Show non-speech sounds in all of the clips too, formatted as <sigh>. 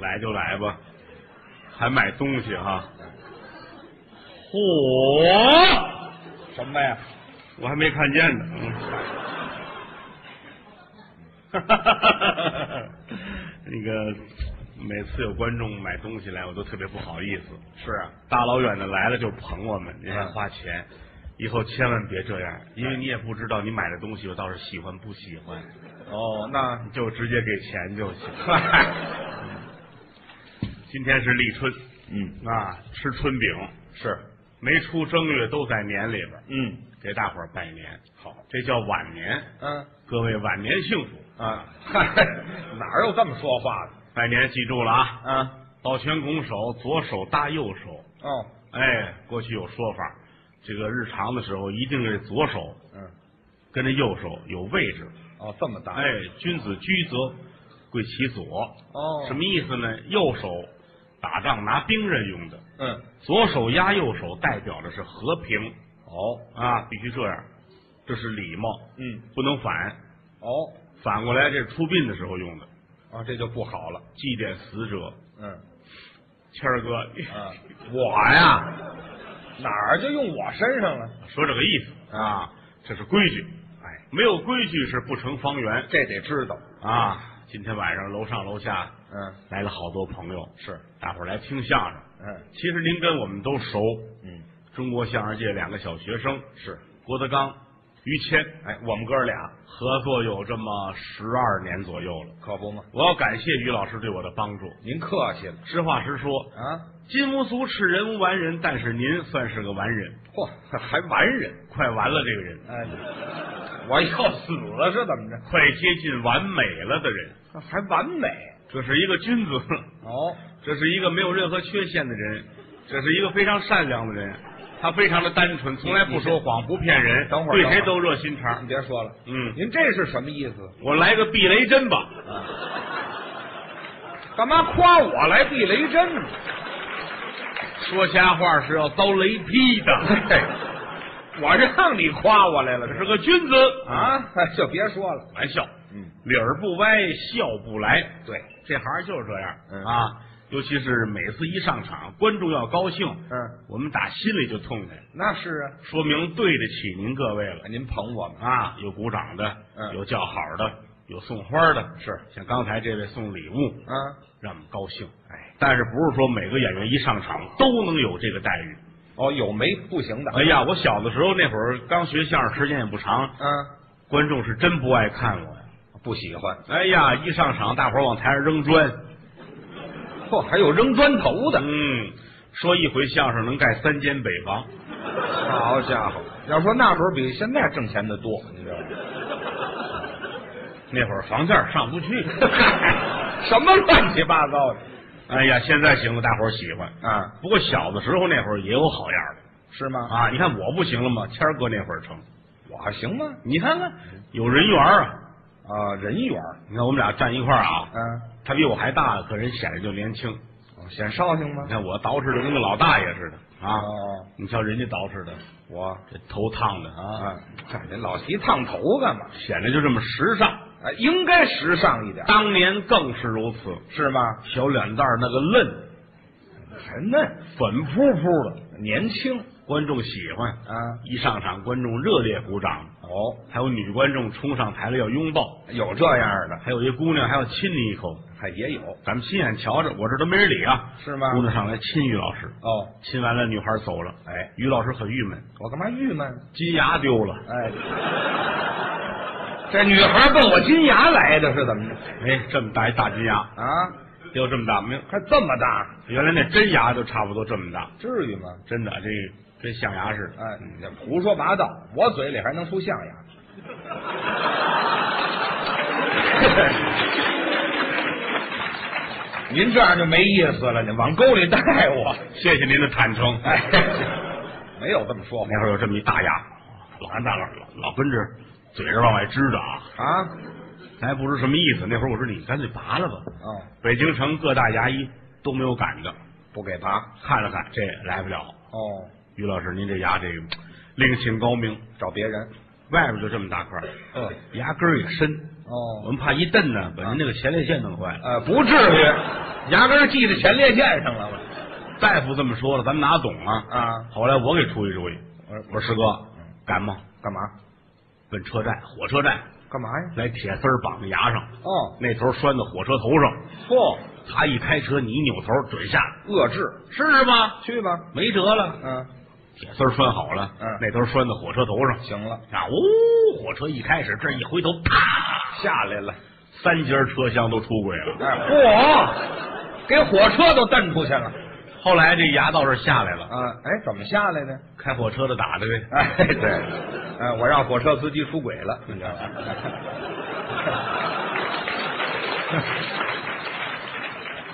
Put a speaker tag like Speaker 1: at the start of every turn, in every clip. Speaker 1: 来就来吧，还买东西哈？嚯，
Speaker 2: 什么呀？
Speaker 1: 我还没看见
Speaker 2: <laughs>
Speaker 1: 呢。嗯那个每次有观众买东西来，我都特别不好意思。
Speaker 2: 是啊，
Speaker 1: 大老远的来了就捧我们，你还
Speaker 2: 嗯
Speaker 1: 花钱，以后千万别这样，因为你也不知道你买的东西我倒是喜欢不喜欢，
Speaker 2: 哦，那
Speaker 1: 你就直接给钱
Speaker 2: <laughs>
Speaker 1: 就行。
Speaker 2: 嗨，
Speaker 1: 今天是立春
Speaker 2: 嗯，
Speaker 1: 啊，吃春饼，
Speaker 2: 是，
Speaker 1: 没出正月都在年里边，
Speaker 2: 嗯，
Speaker 1: 给大伙儿拜年，
Speaker 2: 好，
Speaker 1: 这叫晚年，
Speaker 2: 嗯
Speaker 1: 各位晚年幸福。
Speaker 2: 啊， <laughs> 嗨，哪有这么说话的
Speaker 1: 拜年记住了啊，
Speaker 2: 啊？
Speaker 1: 抱拳拱手，左手搭右手。
Speaker 2: 哦，
Speaker 1: 哎，过去有说法，这个日常的时候一定是左手
Speaker 2: 嗯，
Speaker 1: 跟着右手有位置。
Speaker 2: 哦，这么大，
Speaker 1: 哎，君子居则贵其左，
Speaker 2: 哦，
Speaker 1: 什么？意思呢？右手打仗拿兵刃用的，
Speaker 2: 嗯，
Speaker 1: 左手压右手，代表的是和平
Speaker 2: 哦，
Speaker 1: 啊，必须这样，这是礼貌，
Speaker 2: 嗯，
Speaker 1: 不能反。
Speaker 2: 哦，
Speaker 1: 反过来，这是出殡的时候用的，
Speaker 2: 啊，这就不好了，
Speaker 1: 祭奠死者。
Speaker 2: 嗯，
Speaker 1: 谦儿哥，
Speaker 2: 啊，
Speaker 1: <laughs> 我呀，
Speaker 2: 哪儿就用我身上了？
Speaker 1: 说这个意思啊，这是规矩，
Speaker 2: 哎，
Speaker 1: 没有规矩是不成方圆
Speaker 2: 这得知道，
Speaker 1: 啊。今天晚上楼上楼下
Speaker 2: 嗯，
Speaker 1: 来了好多朋友，
Speaker 2: 是，
Speaker 1: 大伙儿来听相声。
Speaker 2: 嗯，
Speaker 1: 其实您跟我们都熟，
Speaker 2: 嗯，
Speaker 1: 中国相声界两个小学生
Speaker 2: 是，
Speaker 1: 郭德纲、于谦，
Speaker 2: 哎，我们哥俩
Speaker 1: 合作有这么十二年左右了。
Speaker 2: 可不嘛，
Speaker 1: 我要感谢于老师对我的帮助。
Speaker 2: 您客气了
Speaker 1: 实话实说，
Speaker 2: 啊，
Speaker 1: 金无足赤，人无完人，但是您算是个完人，
Speaker 2: 嚯，还完人，
Speaker 1: 快完了这个人，
Speaker 2: 哎，我要死了是怎么着？
Speaker 1: 快接近完美了的人，
Speaker 2: 还完美
Speaker 1: 这是一个君子，
Speaker 2: 哦，
Speaker 1: 这是一个没有任何缺陷的人，这是一个非常善良的人，他非常的单纯，从来不说谎，不骗人，
Speaker 2: 等会儿
Speaker 1: 对
Speaker 2: 等会
Speaker 1: 谁
Speaker 2: 儿
Speaker 1: 都热心肠
Speaker 2: 你。别说了，
Speaker 1: 嗯，
Speaker 2: 您这是什么意思？啊
Speaker 1: 我来个避雷针吧，
Speaker 2: 干嘛夸我来避雷针呢？
Speaker 1: 说瞎话是要遭雷劈的。
Speaker 2: 嘿，我让你夸我来了，
Speaker 1: 这
Speaker 2: 这
Speaker 1: 是
Speaker 2: 是
Speaker 1: 个君子，
Speaker 2: 啊， <laughs> 就别说了。
Speaker 1: 玩笑，
Speaker 2: 嗯，
Speaker 1: 理儿不歪，笑不来，
Speaker 2: 对，
Speaker 1: 这行就是这样、
Speaker 2: 嗯
Speaker 1: 啊。尤其是每次一上场，观众要高兴，
Speaker 2: 嗯，
Speaker 1: 我们打心里就痛快，
Speaker 2: 那是啊，
Speaker 1: 说明对得起您各位了
Speaker 2: 您捧我们
Speaker 1: 啊。有鼓掌的，
Speaker 2: 嗯
Speaker 1: 有叫好的，有送花的，
Speaker 2: 是
Speaker 1: 像刚才这位送礼物，
Speaker 2: 啊，
Speaker 1: 让我们高兴。
Speaker 2: 哎，
Speaker 1: 但是不是说每个演员一上场都能有这个待遇？
Speaker 2: 哦，有没不行的？
Speaker 1: 哎呀，我小的时候那会儿刚学相声，时间也不长，
Speaker 2: 啊，
Speaker 1: 观众是真不爱看我呀。
Speaker 2: 不喜欢。
Speaker 1: 哎呀，一上场，大伙儿往台上扔砖。
Speaker 2: 嚯、还有扔砖头的，
Speaker 1: 嗯，说一回相声能盖三间北房，
Speaker 2: 好家伙！要说那时候比现在挣钱的多，你知道 <laughs> 吗？
Speaker 1: 那会儿房价上不去。 <laughs>
Speaker 2: 什么乱七八糟的
Speaker 1: 哎呀，现在行了，大伙儿喜欢。
Speaker 2: 啊？
Speaker 1: 不过小的时候那会儿也有好样儿的
Speaker 2: 是吗？
Speaker 1: 啊！你看我不行了吗？谦儿哥那会儿成，
Speaker 2: 我还行吗？
Speaker 1: 你看看有人缘儿啊！
Speaker 2: 啊，人缘儿，
Speaker 1: 你看我们俩站一块儿啊，
Speaker 2: 嗯、
Speaker 1: 他比我还大，可人显着就年轻。
Speaker 2: 哦显绍兴吗
Speaker 1: 你？看我捯饬的跟个老大爷似的啊！
Speaker 2: 哦，
Speaker 1: 你瞧人家捯饬的，
Speaker 2: 我
Speaker 1: 这头烫的啊，
Speaker 2: 啊，看您老提烫头干嘛？
Speaker 1: 显得就这么时尚。
Speaker 2: 啊，应该时尚一点，
Speaker 1: 当年更是如此，
Speaker 2: 是吗？
Speaker 1: 小脸蛋儿那个嫩，
Speaker 2: 还嫩，
Speaker 1: 粉扑扑的，
Speaker 2: 年轻
Speaker 1: 观众喜欢。
Speaker 2: 啊。
Speaker 1: 一上场，观众热烈鼓掌，
Speaker 2: 哦，
Speaker 1: 还有女观众冲上台来要拥抱，
Speaker 2: 有这样的，
Speaker 1: 还有一姑娘还要亲你一口。
Speaker 2: 还也有，
Speaker 1: 咱们亲眼瞧着，我这都没人理啊。
Speaker 2: 是吗
Speaker 1: 姑娘上来亲于老师，
Speaker 2: 哦，
Speaker 1: 亲完了，女孩走了。
Speaker 2: 哎，
Speaker 1: 于老师很郁闷，
Speaker 2: 我干嘛郁闷？
Speaker 1: 金牙丢了。 <laughs>
Speaker 2: 哎，这女孩奔我金牙来的是怎么着？
Speaker 1: 哎，这么大一大金牙，
Speaker 2: 啊，
Speaker 1: 得有这么大没有？
Speaker 2: 还这么大，
Speaker 1: 原来那真牙就差不多这么大，
Speaker 2: 至于吗？
Speaker 1: 真的，这跟象牙似的。
Speaker 2: 哎，你这胡说八道！我嘴里还能出象牙？ <laughs> 您这样就没意思了，你往沟里带我。
Speaker 1: 谢谢您的坦诚。
Speaker 2: 哎，没有这么说话
Speaker 1: 那会儿有这么一大牙，老安大老老老跟着嘴上往外支着啊，
Speaker 2: 啊。
Speaker 1: 咱也不知什么意思。那会儿我说你干脆拔了吧。
Speaker 2: 哦，
Speaker 1: 北京城各大牙医都没有赶的，
Speaker 2: 不给拔。
Speaker 1: 看了看这来不了。
Speaker 2: 哦，
Speaker 1: 于老师，您这牙这个另请高明，
Speaker 2: 找别人。
Speaker 1: 外边就这么大块儿，
Speaker 2: 嗯，
Speaker 1: 牙根儿也深。我
Speaker 2: 哦，
Speaker 1: 们怕一蹬呢，把您那个前列腺弄坏了。
Speaker 2: 呃，不至于，牙根儿系在前列腺上了，我
Speaker 1: 大夫这么说了，咱们哪懂啊？
Speaker 2: 啊，
Speaker 1: 后来我给出一主意，
Speaker 2: 我
Speaker 1: 我说师哥，
Speaker 2: 嗯
Speaker 1: 感冒
Speaker 2: 干嘛？
Speaker 1: 奔车站，火车站
Speaker 2: 干嘛呀？
Speaker 1: 来铁丝儿绑在牙上，
Speaker 2: 哦，
Speaker 1: 那头拴到火车头上，
Speaker 2: 错，
Speaker 1: 他一开车，你一扭头准下，
Speaker 2: 遏制，
Speaker 1: 试吧，
Speaker 2: 去吧，
Speaker 1: 没辙了。
Speaker 2: 嗯，
Speaker 1: 铁丝儿拴好了，
Speaker 2: 嗯
Speaker 1: 那头拴到火车头上，
Speaker 2: 行了，
Speaker 1: 啊，呜，火车一开始，这一回头，啪，
Speaker 2: 下来了，
Speaker 1: 三节车厢都出轨了。
Speaker 2: 哎，嚯，给火车都蹬出去了，
Speaker 1: 后来这牙倒是下来了，
Speaker 2: 啊，哎，怎么下来的？
Speaker 1: 开火车的打的呗。
Speaker 2: 哎，对，哎，我让火车司机出轨了，你知道吧？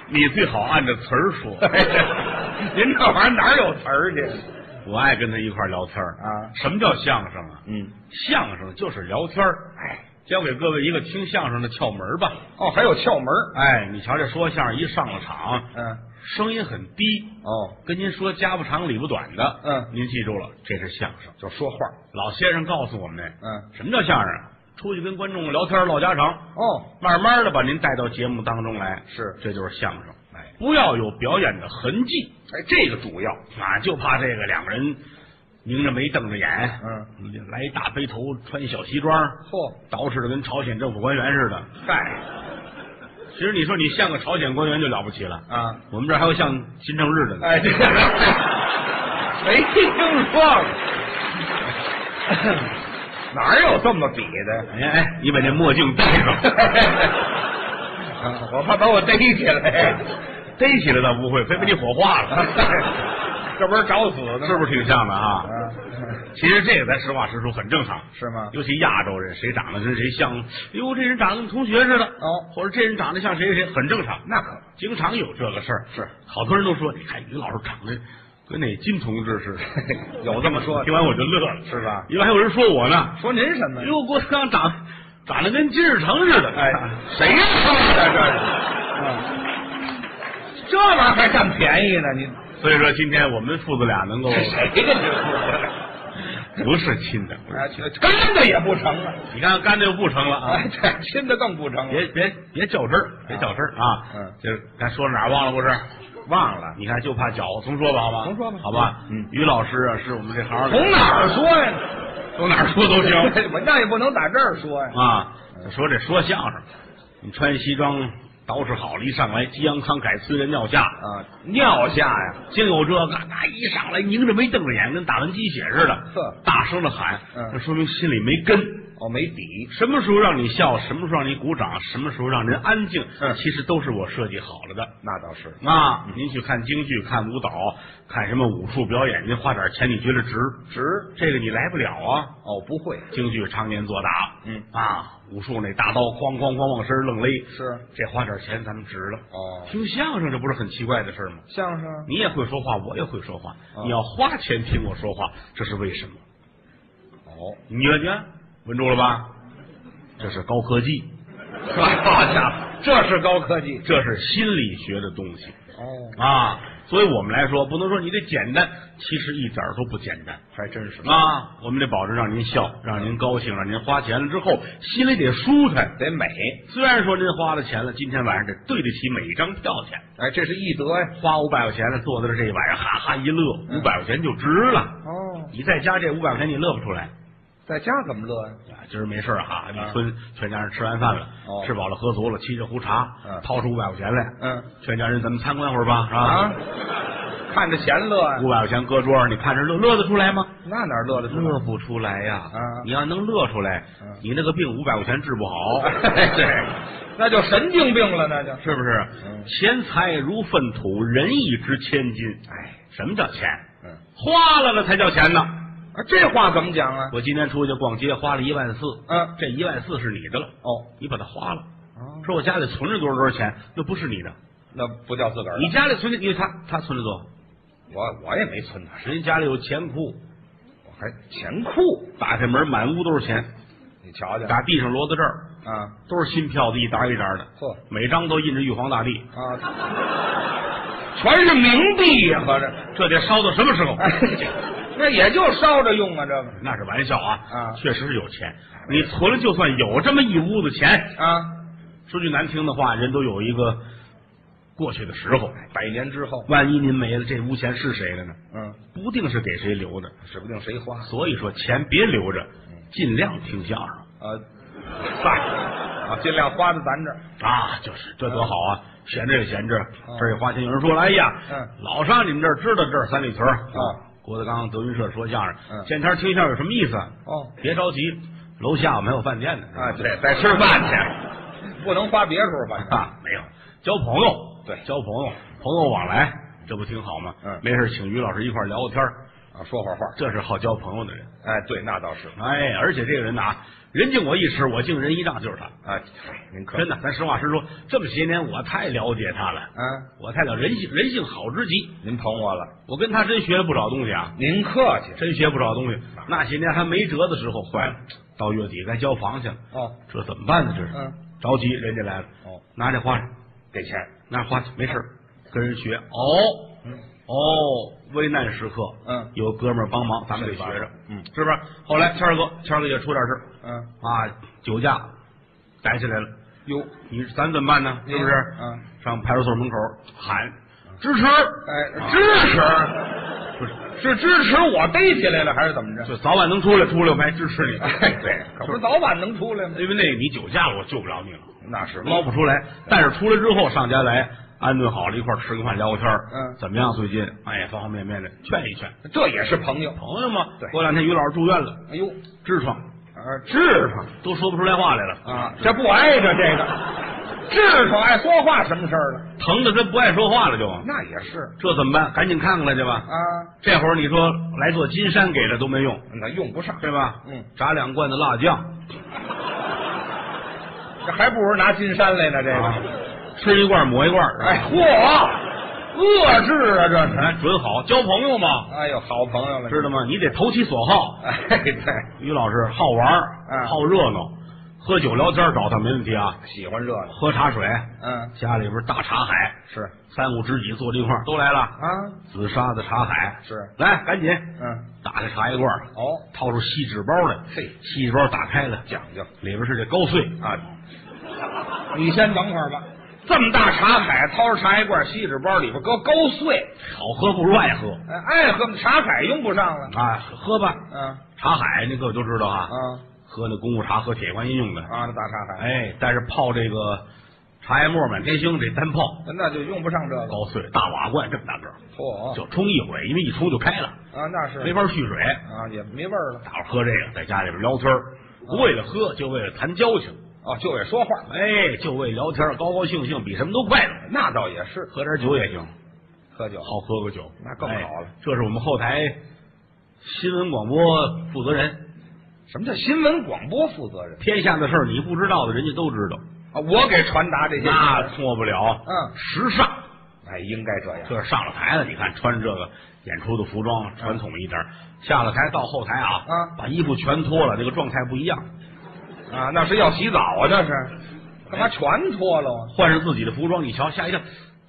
Speaker 1: 你最好按照词儿说，
Speaker 2: <laughs> <laughs> 您这玩意儿哪有词儿去？
Speaker 1: 我爱跟他一块儿聊天儿
Speaker 2: 啊
Speaker 1: 什么叫相声啊？
Speaker 2: 嗯，
Speaker 1: 相声就是聊天儿
Speaker 2: 哎，
Speaker 1: 教给各位一个听相声的窍门儿吧。
Speaker 2: 哦，还有窍门儿
Speaker 1: 哎，你瞧这说相声一上了场，
Speaker 2: 嗯，
Speaker 1: 声音很低，
Speaker 2: 哦，
Speaker 1: 跟您说家不长理不短的，
Speaker 2: 嗯
Speaker 1: 您记住了，这是相声。
Speaker 2: 就说话，
Speaker 1: 老先生告诉我们，
Speaker 2: 嗯，
Speaker 1: 什么叫相声啊？出去跟观众聊天唠家常，
Speaker 2: 哦，
Speaker 1: 慢慢的把您带到节目当中来，
Speaker 2: 是
Speaker 1: 这就是相声。
Speaker 2: 哎，
Speaker 1: 不要有表演的痕迹
Speaker 2: 哎，这个主要，
Speaker 1: 啊，就怕这个两个人拧着眉瞪着眼，
Speaker 2: 嗯，
Speaker 1: 来一大背头，穿小西装，
Speaker 2: 嚯，
Speaker 1: 捯饬的跟朝鲜政府官员似的。
Speaker 2: 嗨，
Speaker 1: 其实你说你像个朝鲜官员就了不起了，
Speaker 2: 啊，
Speaker 1: 我们这儿还有像金正日的呢。
Speaker 2: 哎，这没听说过。哪有这么比的？ <laughs>
Speaker 1: 哎哎，你把那墨镜戴上，
Speaker 2: 啊我怕把我逮起来，啊
Speaker 1: 逮起来倒不会，非把你火化了，
Speaker 2: <laughs> 这不是找死呢
Speaker 1: 是不是挺像的啊？
Speaker 2: 啊，
Speaker 1: 其实这个咱实话实说很正常，
Speaker 2: 是吗？
Speaker 1: 尤其亚洲人，谁长得跟谁像，哟，这人长得跟同学似的，
Speaker 2: 哦，
Speaker 1: 或者这人长得像谁谁，很正常，
Speaker 2: 那可
Speaker 1: 经常有这个事儿。
Speaker 2: 是，
Speaker 1: 好多人都说，你看于老师长得跟那金同志似的，
Speaker 2: <laughs> 有这么说的
Speaker 1: 听完我就乐了，
Speaker 2: 是吧？
Speaker 1: 因为还有人说我呢，
Speaker 2: 说您什么呀？
Speaker 1: 哟，郭德纲长长得跟金日成似的，
Speaker 2: 哎，谁说的这是？这玩意儿还占便宜呢？你
Speaker 1: 所以说今天我们父子俩
Speaker 2: <laughs>
Speaker 1: 能够
Speaker 2: 跟你说
Speaker 1: 不是亲的，不是亲的
Speaker 2: 的？干的也不成啊！
Speaker 1: 你看干的又不成了啊。
Speaker 2: 哎，这亲的更不成了。
Speaker 1: 别别别较真儿，别较真儿啊！
Speaker 2: 嗯
Speaker 1: 就是咱说到哪儿忘了不是？
Speaker 2: 忘了，
Speaker 1: 你看就怕搅和，重说吧，好吗？
Speaker 2: 重说吧
Speaker 1: 好吧。
Speaker 2: 嗯
Speaker 1: 于老师啊，是我们这行的，
Speaker 2: 从哪儿说呀？
Speaker 1: 从哪儿说都
Speaker 2: <laughs>
Speaker 1: 行
Speaker 2: 我那也不能打这儿说呀。
Speaker 1: 啊。说这说相声，你穿西装捯饬好了，一上来激昂慷慨，催人尿下，
Speaker 2: 啊，尿下呀！
Speaker 1: 净有这个，那一上来拧着眉瞪着眼，跟打完鸡血似的
Speaker 2: 呵，
Speaker 1: 大声的喊，
Speaker 2: 嗯
Speaker 1: 这说明心里没根。
Speaker 2: 哦，没底。
Speaker 1: 什么时候让你笑，什么时候让你鼓掌，什么时候让人安静，
Speaker 2: 嗯
Speaker 1: 其实都是我设计好了的。
Speaker 2: 那倒是。
Speaker 1: 啊，您去看京剧、看舞蹈、看什么武术表演，您花点钱，你觉得值？
Speaker 2: 直
Speaker 1: 这个你来不了啊！
Speaker 2: 哦，不会。
Speaker 1: 京剧常年做大，
Speaker 2: 嗯
Speaker 1: 啊，武术那大刀哐哐哐往身上愣勒，
Speaker 2: 是
Speaker 1: 这花点钱咱们值了。
Speaker 2: 哦，
Speaker 1: 听相声这不是很奇怪的事儿吗？
Speaker 2: 相声
Speaker 1: 你也会说话，我也会说话，
Speaker 2: 哦
Speaker 1: 你要花钱听我说话，这是为什么？
Speaker 2: 哦，
Speaker 1: 你看，你看，稳住了吧？这是高科技， <laughs>
Speaker 2: 好家伙，这是高科技
Speaker 1: 这是心理学的东西
Speaker 2: 哦，
Speaker 1: 啊！所以我们来说，不能说你这简单，其实一点儿都不简单。
Speaker 2: 还真是
Speaker 1: 啊，我们得保证让您笑，让您高兴，让您花钱了之后心里得舒坦。
Speaker 2: 得美。
Speaker 1: 虽然说您花了钱了，今天晚上得对得起每一张票钱。
Speaker 2: 哎，这是艺德呀。
Speaker 1: 花五百块钱了，坐在这儿这一晚上，哈哈一乐，
Speaker 2: 嗯
Speaker 1: 五百块钱就值了。
Speaker 2: 哦，
Speaker 1: 你在家这五百块钱你乐不出来
Speaker 2: 在家怎么乐呀？
Speaker 1: 啊！今儿没事儿哈，
Speaker 2: 啊
Speaker 1: 一春全家人吃完饭了，
Speaker 2: 哦
Speaker 1: 吃饱了喝足了，沏着壶茶，
Speaker 2: 嗯
Speaker 1: 掏出五百块钱来，
Speaker 2: 嗯
Speaker 1: 全家人咱们参观会儿吧，是吧？
Speaker 2: 啊，看着闲乐呀，
Speaker 1: 五百块钱搁桌上，你看着乐乐得出来吗？
Speaker 2: 那哪乐得出来？
Speaker 1: 乐不出来呀！
Speaker 2: 啊
Speaker 1: 你要能乐出来，
Speaker 2: 嗯
Speaker 1: 你那个病五百块钱治
Speaker 2: <laughs>
Speaker 1: 不好，
Speaker 2: 对，那就神经病了，那就是
Speaker 1: 不是？
Speaker 2: 嗯
Speaker 1: 钱财如粪土，人亦值千金。
Speaker 2: 哎，
Speaker 1: 什么叫钱？
Speaker 2: 嗯
Speaker 1: 花了了才叫钱呢。
Speaker 2: 啊，这话怎么讲啊？
Speaker 1: 我今天出去逛街花了一万四，
Speaker 2: 嗯，
Speaker 1: 这一万四是你的了，
Speaker 2: 哦，
Speaker 1: 你把它花了。
Speaker 2: 哦
Speaker 1: 说我家里存着多少多少钱，那不是你的。
Speaker 2: 那不叫自个儿了
Speaker 1: 你家里存的，因为他他存着多少，
Speaker 2: 我我也没存哪儿，
Speaker 1: 人家里有钱库，
Speaker 2: 我还钱库，
Speaker 1: 打开门满屋都是钱，
Speaker 2: 你瞧瞧
Speaker 1: 打地上摞到这儿
Speaker 2: 啊，
Speaker 1: 都是新票子，一沓一沓的，
Speaker 2: 嚯
Speaker 1: 每张都印着玉皇大帝。
Speaker 2: 啊，全是冥币呀，合着，
Speaker 1: 这得烧到什么时候？
Speaker 2: 哎，那也就烧着用啊，这个
Speaker 1: <laughs> 那是玩笑啊，
Speaker 2: 啊
Speaker 1: 确实是有钱。你存了就算有这么一屋子钱，
Speaker 2: 啊，
Speaker 1: 说句难听的话，人都有一个过去的时候。
Speaker 2: 百年之后，
Speaker 1: 万一您没了，这屋钱是谁的呢？
Speaker 2: 嗯，
Speaker 1: 不定是给谁留的。
Speaker 2: 指不定谁花
Speaker 1: 所以说，钱别留着，尽量听相声
Speaker 2: 啊，嗨，啊，尽量花在咱这儿。
Speaker 1: 啊，就是这多好啊！闲着也闲着
Speaker 2: 嗯，
Speaker 1: 这儿也花钱。有人说了，哎呀，
Speaker 2: 嗯
Speaker 1: 老上你们这儿知道这儿三里屯儿
Speaker 2: 啊。
Speaker 1: 郭德纲德云社说相声，
Speaker 2: 嗯
Speaker 1: 见天儿听相声有什么意思？啊
Speaker 2: 哦，
Speaker 1: 别着急，楼下我们还有饭店呢。
Speaker 2: 啊，
Speaker 1: 是吧
Speaker 2: 对，得吃饭去，不能花别处吧？
Speaker 1: 啊，没有，交朋友，
Speaker 2: 对
Speaker 1: 交朋友，朋友往来，这不挺好吗？
Speaker 2: 嗯
Speaker 1: 没事，请于老师一块儿聊聊天儿
Speaker 2: 啊，说会儿话。
Speaker 1: 这是好交朋友的人。
Speaker 2: 哎，对，那倒是
Speaker 1: 哎，而且这个人呐、人敬我一尺，我敬人一丈，就是他。
Speaker 2: 啊。嗨，您客
Speaker 1: 真
Speaker 2: 气
Speaker 1: 的，咱实话实说，这么些年我太了解他了，
Speaker 2: 啊，
Speaker 1: 我太了人性，人性好之极。
Speaker 2: 您捧我了，
Speaker 1: 我跟他真学了不少东西啊，
Speaker 2: 您客气。
Speaker 1: 真学不少东西。那些年还没辙的时候，坏了，到月底该交房去了，
Speaker 2: 哦，
Speaker 1: 这怎么办呢？这是、
Speaker 2: 嗯，
Speaker 1: 着急，人家来了，
Speaker 2: 哦，
Speaker 1: 拿这花去，
Speaker 2: 给钱。
Speaker 1: 拿花去，没事儿跟人学哦。
Speaker 2: 嗯
Speaker 1: 哦，危难时刻，
Speaker 2: 嗯
Speaker 1: 有哥们儿帮忙，咱们得学
Speaker 2: 是
Speaker 1: 着
Speaker 2: 吧，嗯
Speaker 1: 是不是？后来谦儿哥，谦儿哥也出点事儿
Speaker 2: 嗯，
Speaker 1: 啊，酒驾逮起来了，
Speaker 2: 哟，
Speaker 1: 你咱怎么办呢？是不是？
Speaker 2: 嗯，
Speaker 1: 上派出所门口喊支持，
Speaker 2: 哎，
Speaker 1: 啊
Speaker 2: 支持 <laughs>
Speaker 1: 不是，
Speaker 2: 是支持我逮起来了还是怎么着？
Speaker 1: 就早晚能出来，出来我们还支持你。
Speaker 2: 哎，对，可不是早晚能出来吗？
Speaker 1: 因为那个你酒驾了，我救不了你了，
Speaker 2: 那是
Speaker 1: 捞不出来。但是出来之后上家来安顿好了，一块儿吃个饭聊个天儿
Speaker 2: 嗯
Speaker 1: 怎么样？最近哎，方方面面的劝一劝
Speaker 2: 这也是朋友。
Speaker 1: 朋友嘛。
Speaker 2: 对
Speaker 1: 过两天于老师住院了，
Speaker 2: 哎呦，
Speaker 1: 痔疮。
Speaker 2: 啊，
Speaker 1: 痔疮都说不出来话来了
Speaker 2: 啊，这不挨着这个。痔疮爱说话什么事儿了？
Speaker 1: 疼的真不爱说话了就，
Speaker 2: 那也是
Speaker 1: 这怎么办？赶紧看看来去吧。
Speaker 2: 啊，
Speaker 1: 这会儿你说来座金山给的都没用，
Speaker 2: 那用不上，
Speaker 1: 对吧？
Speaker 2: 嗯，
Speaker 1: 炸两罐子辣酱，
Speaker 2: 这还不如拿金山来呢。这
Speaker 1: 啊
Speaker 2: 个，
Speaker 1: 吃一罐抹一罐，是吧
Speaker 2: 哎，，嚯，遏制啊，这是。
Speaker 1: 哎，准好，交朋友嘛，
Speaker 2: 哎呦，好朋友了，
Speaker 1: 知道吗？你得投其所好。
Speaker 2: <laughs> 哎，对，
Speaker 1: 于老师好玩儿
Speaker 2: 嗯
Speaker 1: 好热闹，喝酒聊天找他没问题啊。
Speaker 2: 喜欢热闹。
Speaker 1: 喝茶水，
Speaker 2: 嗯，
Speaker 1: 家里边大茶海，
Speaker 2: 是
Speaker 1: 三五知己坐这块儿都来了，
Speaker 2: 啊，
Speaker 1: 紫砂的茶海
Speaker 2: 是
Speaker 1: 来，赶紧
Speaker 2: 嗯，
Speaker 1: 打开茶叶罐儿，
Speaker 2: 哦，
Speaker 1: 掏出锡纸包来，
Speaker 2: 嘿
Speaker 1: 锡纸包打开了，
Speaker 2: 讲究
Speaker 1: 里边是这高碎，
Speaker 2: 啊。你先等会儿吧。这么大茶海，掏出茶叶罐，锡纸包里边搁高碎，
Speaker 1: 好喝不如爱喝
Speaker 2: 哎爱喝茶海用不上了。
Speaker 1: 啊，喝吧。
Speaker 2: 嗯
Speaker 1: 茶海那个都知道啊，
Speaker 2: 啊
Speaker 1: 喝那功夫茶，喝铁观音用的。
Speaker 2: 啊，那大茶海，
Speaker 1: 哎，但是泡这个茶叶沫满天星这单泡
Speaker 2: 那就用不上这个。
Speaker 1: 高碎大瓦罐这么大个儿，
Speaker 2: 嚯
Speaker 1: 就冲一会，因为一冲就开了，
Speaker 2: 啊，那是
Speaker 1: 没法蓄水。
Speaker 2: 啊，也没味儿了。
Speaker 1: 大伙儿喝这个，在家里边聊天儿，
Speaker 2: 嗯
Speaker 1: 不为了喝，就为了谈交情。
Speaker 2: 哦，就也说话，
Speaker 1: 哎，就为聊天儿，高高兴兴，比什么都快乐。
Speaker 2: 那倒也是
Speaker 1: 喝点酒也行，
Speaker 2: 喝酒。
Speaker 1: 好喝个酒，
Speaker 2: 那更好了
Speaker 1: 哎这是我们后台新闻广播负责人，
Speaker 2: 什么叫新闻广播负责人
Speaker 1: 天下的事儿你不知道的，人家都知道，
Speaker 2: 啊？我给传达这些。
Speaker 1: 那错不了。
Speaker 2: 嗯
Speaker 1: 时尚，
Speaker 2: 哎，应该这样。
Speaker 1: 这上了台了，你看穿这个演出的服装传统一点儿，下了台到后台啊，
Speaker 2: 嗯
Speaker 1: 把衣服全脱了，这个状态不一样，
Speaker 2: 啊，那是要洗澡啊，那是，
Speaker 1: 哎
Speaker 2: 干嘛全脱了啊？
Speaker 1: 换上自己的服装，你瞧吓一跳，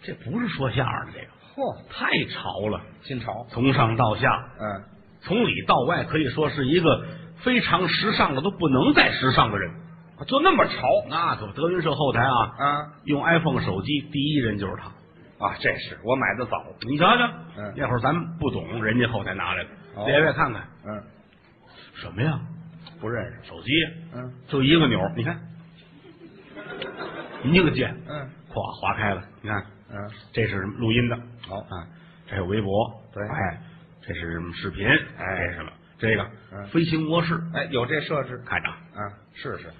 Speaker 1: 这不是说相声的，这个
Speaker 2: 嚯，
Speaker 1: 太潮了，
Speaker 2: 新潮，
Speaker 1: 从上到下，
Speaker 2: 嗯，
Speaker 1: 从里到外，可以说是一个非常时尚的都不能再时尚的人。
Speaker 2: 就那么潮
Speaker 1: 那可不德云社后台啊，
Speaker 2: 啊
Speaker 1: 用 iPhone 手机第一人就是他。
Speaker 2: 啊！这是我买的早，
Speaker 1: 你瞧瞧，
Speaker 2: 嗯
Speaker 1: 那会儿咱们不懂，人家后台拿来了，
Speaker 2: 哦
Speaker 1: 列位看看
Speaker 2: 嗯，
Speaker 1: 什么呀？
Speaker 2: 不认识，
Speaker 1: 手机
Speaker 2: 嗯
Speaker 1: 就一个钮儿，你看，一个键，
Speaker 2: 嗯
Speaker 1: 咵划开了，你看，
Speaker 2: 嗯，
Speaker 1: 这是录音的，
Speaker 2: 好
Speaker 1: 啊，这有微博，
Speaker 2: 对
Speaker 1: 哎，这是视频，
Speaker 2: 哎
Speaker 1: 这是什么？这个、
Speaker 2: 嗯
Speaker 1: 飞行模式，
Speaker 2: 哎，有这设置，
Speaker 1: 看着啊，
Speaker 2: 啊，试试。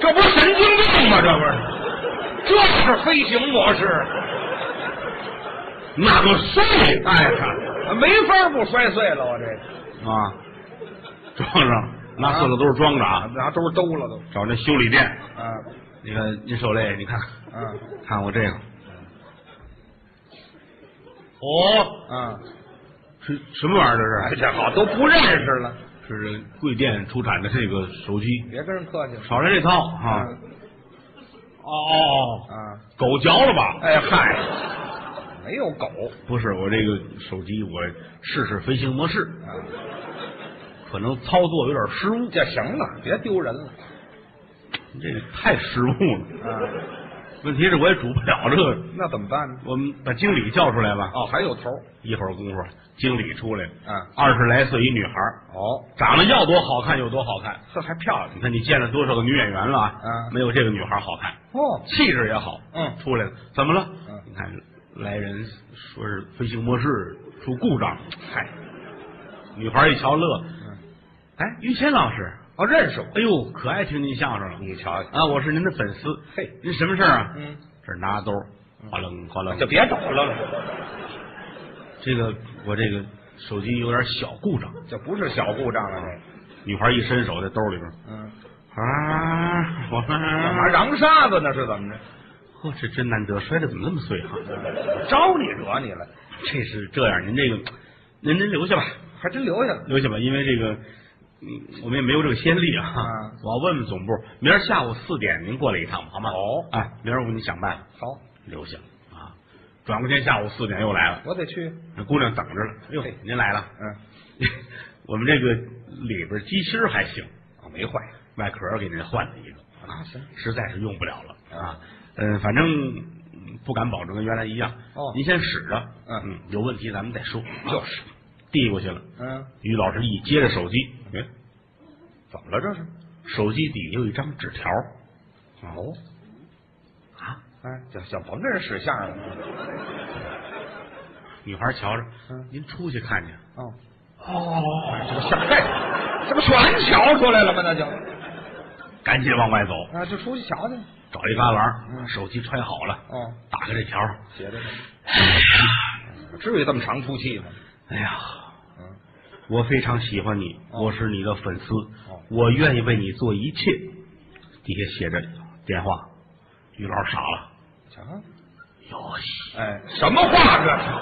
Speaker 2: 这不是神经病吗？这不是，这是飞行模式，
Speaker 1: 那个谁
Speaker 2: 哎呀，没法不摔碎了，我这个
Speaker 1: 啊，装上，拿四个兜装着啊，
Speaker 2: 拿兜兜了都，
Speaker 1: 找那修理店。
Speaker 2: 啊
Speaker 1: 那个您受累，你看
Speaker 2: 啊
Speaker 1: 看我这个，哦，
Speaker 2: 啊！
Speaker 1: 是什么玩意儿？
Speaker 2: 哎
Speaker 1: 这是？
Speaker 2: 呀，好，都不认识了，
Speaker 1: 是贵店出产的这个手机，
Speaker 2: 别跟人客气了
Speaker 1: 少来这套啊！
Speaker 2: 嗯
Speaker 1: 哦哦，哦
Speaker 2: 啊！
Speaker 1: 狗嚼了吧？
Speaker 2: 哎嗨，没有狗
Speaker 1: 不是我这个手机，我试试飞行模式，
Speaker 2: 啊，
Speaker 1: 可能操作有点失误，
Speaker 2: 这行了，别丢人了
Speaker 1: 这个太失误了。
Speaker 2: 啊，
Speaker 1: 问题是我也主不了这个，
Speaker 2: 那怎么办呢？
Speaker 1: 我们把经理叫出来吧。
Speaker 2: 哦，还有头儿
Speaker 1: 一会儿功夫，经理出来了，
Speaker 2: 啊，
Speaker 1: 二十来岁一女孩儿，
Speaker 2: 哦，
Speaker 1: 长得要多好看有多好看。
Speaker 2: 这还漂亮
Speaker 1: 你看你见了多少个女演员了啊？
Speaker 2: 嗯
Speaker 1: 没有这个女孩儿好看，
Speaker 2: 哦，
Speaker 1: 气质也好。
Speaker 2: 嗯
Speaker 1: 出来了，怎么了？
Speaker 2: 嗯
Speaker 1: 你看来人说是飞行模式出故障，嗨，女孩儿一瞧乐，
Speaker 2: 嗯
Speaker 1: 哎，于谦老师，
Speaker 2: 哦，认识我，
Speaker 1: 哎呦，可爱听您相声了
Speaker 2: 你瞧瞧，
Speaker 1: 啊！我是您的粉丝，
Speaker 2: 嘿，
Speaker 1: 您什么事儿啊？嗯
Speaker 2: 嗯，
Speaker 1: 这儿拿兜儿，哗楞哗楞，
Speaker 2: 就别抖了，
Speaker 1: 这个我这个手机有点小故障。
Speaker 2: 这不是小故障了，这，
Speaker 1: 女孩一伸手在兜里边儿，
Speaker 2: 嗯，
Speaker 1: 啊，我
Speaker 2: 干嘛
Speaker 1: 啊，
Speaker 2: 嚷沙子呢？是怎么着？
Speaker 1: 呵，这真难得，摔的怎么那么碎哈、啊
Speaker 2: 我招你惹你了，
Speaker 1: 这是这样，您这个，您您留下吧，
Speaker 2: 还真留下了。
Speaker 1: 留下吧，因为这个，嗯，我们也没有这个先例啊。
Speaker 2: 嗯
Speaker 1: 我要问问总部，明儿下午四点您过来一趟吧，好吗？
Speaker 2: 哦
Speaker 1: 哎，明儿我给你想办法，
Speaker 2: 好，
Speaker 1: 留下啊。转过天下午四点又来了，
Speaker 2: 我得去。
Speaker 1: 那姑娘等着了。哎呦
Speaker 2: 嘿，
Speaker 1: 您来了， <laughs>
Speaker 2: 嗯，
Speaker 1: 我们这个里边机芯儿还行，
Speaker 2: 啊，没坏
Speaker 1: 外壳儿给您换了一个。
Speaker 2: 啊，行，
Speaker 1: 实在是用不了了啊。嗯，反正嗯不敢保证跟原来一样。
Speaker 2: 哦
Speaker 1: 您先使着，
Speaker 2: 嗯
Speaker 1: 嗯，有问题咱们再说。，
Speaker 2: 就是
Speaker 1: 递过去了。
Speaker 2: 嗯，
Speaker 1: 于老师一接着手机，哎，
Speaker 2: 怎么了这是？
Speaker 1: 手机底下有一张纸条
Speaker 2: 哦，
Speaker 1: 啊。
Speaker 2: 哎，就小甭跟人使相声了。
Speaker 1: 女孩瞧着
Speaker 2: 嗯，
Speaker 1: 您出去看去。
Speaker 2: 哦，
Speaker 1: 哦，
Speaker 2: 这不全嘿，这不全瞧出来了吗？那就
Speaker 1: 赶紧往外走，
Speaker 2: 啊，就出去瞧瞧。
Speaker 1: 找一旮旯，
Speaker 2: 嗯
Speaker 1: 手机揣好了，
Speaker 2: 哦，
Speaker 1: 打开这条。 <laughs>
Speaker 2: 写着呢。至于这么长出气吗？
Speaker 1: 哎呀，
Speaker 2: 嗯，
Speaker 1: 我非常喜欢你，
Speaker 2: 哦
Speaker 1: 我是你的粉丝，
Speaker 2: 哦
Speaker 1: 我愿意为你做一切。底下写着电话，于老师傻了，
Speaker 2: 瞧，
Speaker 1: 有戏，
Speaker 2: 哎，什么话这是？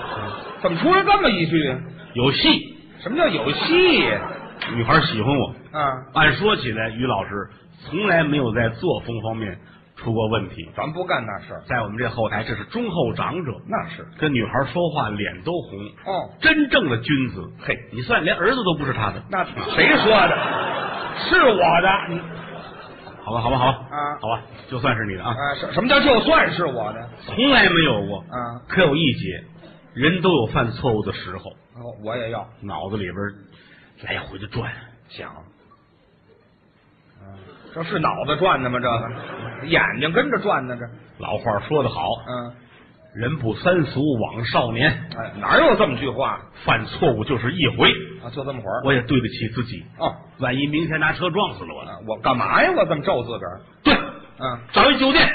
Speaker 2: 怎么出来这么一句啊？
Speaker 1: 有戏！
Speaker 2: 什么叫有戏
Speaker 1: 女孩喜欢我。
Speaker 2: 啊？
Speaker 1: 按说起来，于老师从来没有在作风方面出过问题，
Speaker 2: 咱不干那事儿，
Speaker 1: 在我们这后台，这是忠厚长者，
Speaker 2: 那是。
Speaker 1: 跟女孩说话脸都红，
Speaker 2: 哦，
Speaker 1: 真正的君子。
Speaker 2: 嘿，
Speaker 1: 你算连儿子都不是他的，
Speaker 2: 那谁说的？是我的。嗯你
Speaker 1: 好吧，好吧，好吧，
Speaker 2: 啊
Speaker 1: 好吧，就算是你的啊，
Speaker 2: 啊，什什么叫就算是我的
Speaker 1: 从来没有过。
Speaker 2: 啊？
Speaker 1: 可有一节，人都有犯错误的时候，
Speaker 2: 哦，我也要
Speaker 1: 脑子里边来回的转。
Speaker 2: 想。啊这是脑子转的吗？这个眼睛跟着转呢，这
Speaker 1: 老话说得好，
Speaker 2: 嗯，
Speaker 1: 人不三俗枉少年，
Speaker 2: 哎，哪有这么句话
Speaker 1: 犯错误就是一回。
Speaker 2: 啊？就这么会儿
Speaker 1: 我也对得起自己，
Speaker 2: 哦，
Speaker 1: 万一明天拿车撞死了我呢？
Speaker 2: 啊我干嘛呀？我这么咒自个儿？
Speaker 1: 对，
Speaker 2: 嗯，
Speaker 1: 找一酒店，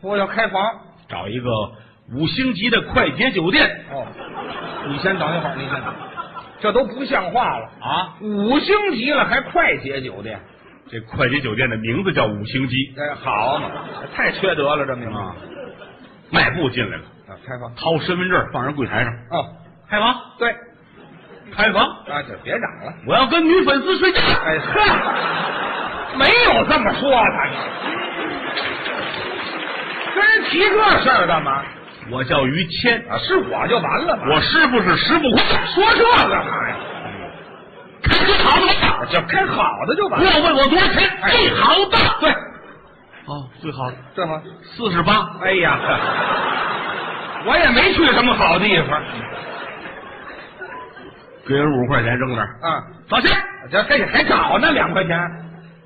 Speaker 2: 我要开房
Speaker 1: 找一个五星级的快捷酒店
Speaker 2: 哦。你先等一会儿，你先等，这都不像话了。
Speaker 1: 啊！
Speaker 2: 五星级了还快捷酒店？
Speaker 1: 这快捷酒店的名字叫五星级
Speaker 2: 哎，好嘛，太缺德了，这名字
Speaker 1: 啊。迈步进来了，
Speaker 2: 啊，开房
Speaker 1: 掏身份证放人柜台上，
Speaker 2: 哦，
Speaker 1: 开房，
Speaker 2: 对
Speaker 1: 开房，
Speaker 2: 啊，就别嚷了。
Speaker 1: 我要跟女粉丝睡觉。
Speaker 2: 哎呵，没有这么说的，你跟人提这事儿干嘛？
Speaker 1: 我叫于谦，
Speaker 2: 啊，是我就完了嘛。
Speaker 1: 我师傅是石不宽，
Speaker 2: 说这干嘛呀？
Speaker 1: 开这行的，
Speaker 2: 就开好的就完
Speaker 1: 不
Speaker 2: 了。
Speaker 1: 要问我多少钱，
Speaker 2: 哎
Speaker 1: 最好的。
Speaker 2: 对，
Speaker 1: 哦，最好的
Speaker 2: 对吗？
Speaker 1: 四十八，
Speaker 2: 哎呀，我也没去什么好地方
Speaker 1: 给人五十块钱扔那儿，
Speaker 2: 啊，
Speaker 1: 找钱。
Speaker 2: 这还还找呢两块钱。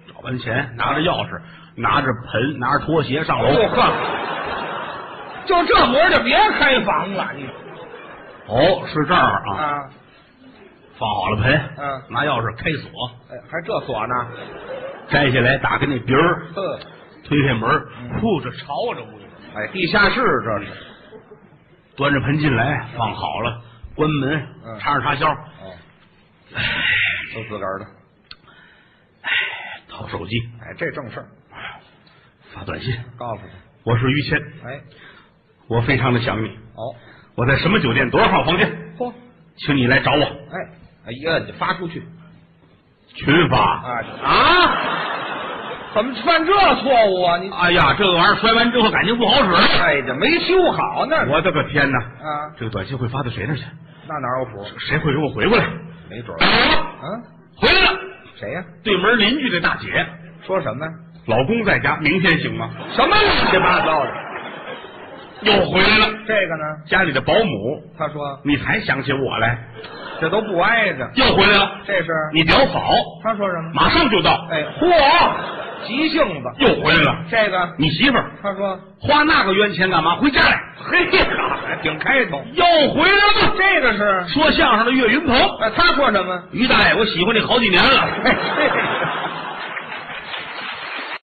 Speaker 1: 找完钱，拿着钥匙，拿着盆，拿着拖鞋上楼。
Speaker 2: 哦呵，就这模样就别开房了，你
Speaker 1: 哦，是这儿啊，
Speaker 2: 啊，
Speaker 1: 放好了盆，
Speaker 2: 嗯
Speaker 1: 拿钥匙开锁，
Speaker 2: 哎，还这锁呢？
Speaker 1: 摘下来，打开那鼻儿，
Speaker 2: 呵，
Speaker 1: 推开门，
Speaker 2: 嗯
Speaker 1: 呼，这潮啊，这屋里。
Speaker 2: 哎，地下室这是。
Speaker 1: 端着盆进来，放好了，关门
Speaker 2: 嗯，
Speaker 1: 插上插销，
Speaker 2: 哦，就自个儿的，
Speaker 1: <sniffs> 掏手机，
Speaker 2: 哎，这正事儿，
Speaker 1: 发短信，
Speaker 2: 告诉他，
Speaker 1: 我是于谦，
Speaker 2: 哎，
Speaker 1: 我非常的想你。
Speaker 2: 哦，
Speaker 1: 我在什么酒店多少号房间，
Speaker 2: 嚯，
Speaker 1: 请你来找我。
Speaker 2: 哎，哎一摁就发出去
Speaker 1: 群发
Speaker 2: 啊，怎么犯这错误啊？你
Speaker 1: 哎呀，这个玩意儿摔完之后感情不好使。
Speaker 2: 哎呀，没修好那
Speaker 1: 我的个天哪！
Speaker 2: 啊，
Speaker 1: 这个短信会发到谁那儿去？
Speaker 2: 那哪有谱？
Speaker 1: 谁会给我回过来？
Speaker 2: 没准儿。
Speaker 1: 啊，
Speaker 2: 嗯，
Speaker 1: 回来了！
Speaker 2: 谁呀、
Speaker 1: 对门邻居这大姐，
Speaker 2: 说什么呀？
Speaker 1: 老公在家，明天行吗？
Speaker 2: 什么乱七八糟的？
Speaker 1: 又回来了，
Speaker 2: 这个呢？
Speaker 1: 家里的保姆，
Speaker 2: 他说
Speaker 1: 你才想起我来，
Speaker 2: 这都不挨着，
Speaker 1: 又回来了，
Speaker 2: 这是
Speaker 1: 你别跑，
Speaker 2: 他说什么？
Speaker 1: 马上就到，
Speaker 2: 哎，嚯，急性子。
Speaker 1: 又回来了，
Speaker 2: 这个
Speaker 1: 你媳妇儿
Speaker 2: 他说，
Speaker 1: 花那个冤钱干嘛？回家来，
Speaker 2: 嘿呀，还挺开通。
Speaker 1: 又回来了。
Speaker 2: 这个是，
Speaker 1: 说相声的岳云鹏，
Speaker 2: 哎，他说什么？ <laughs>
Speaker 1: 于大爷，我喜欢你好几年了。
Speaker 2: 哎，这个。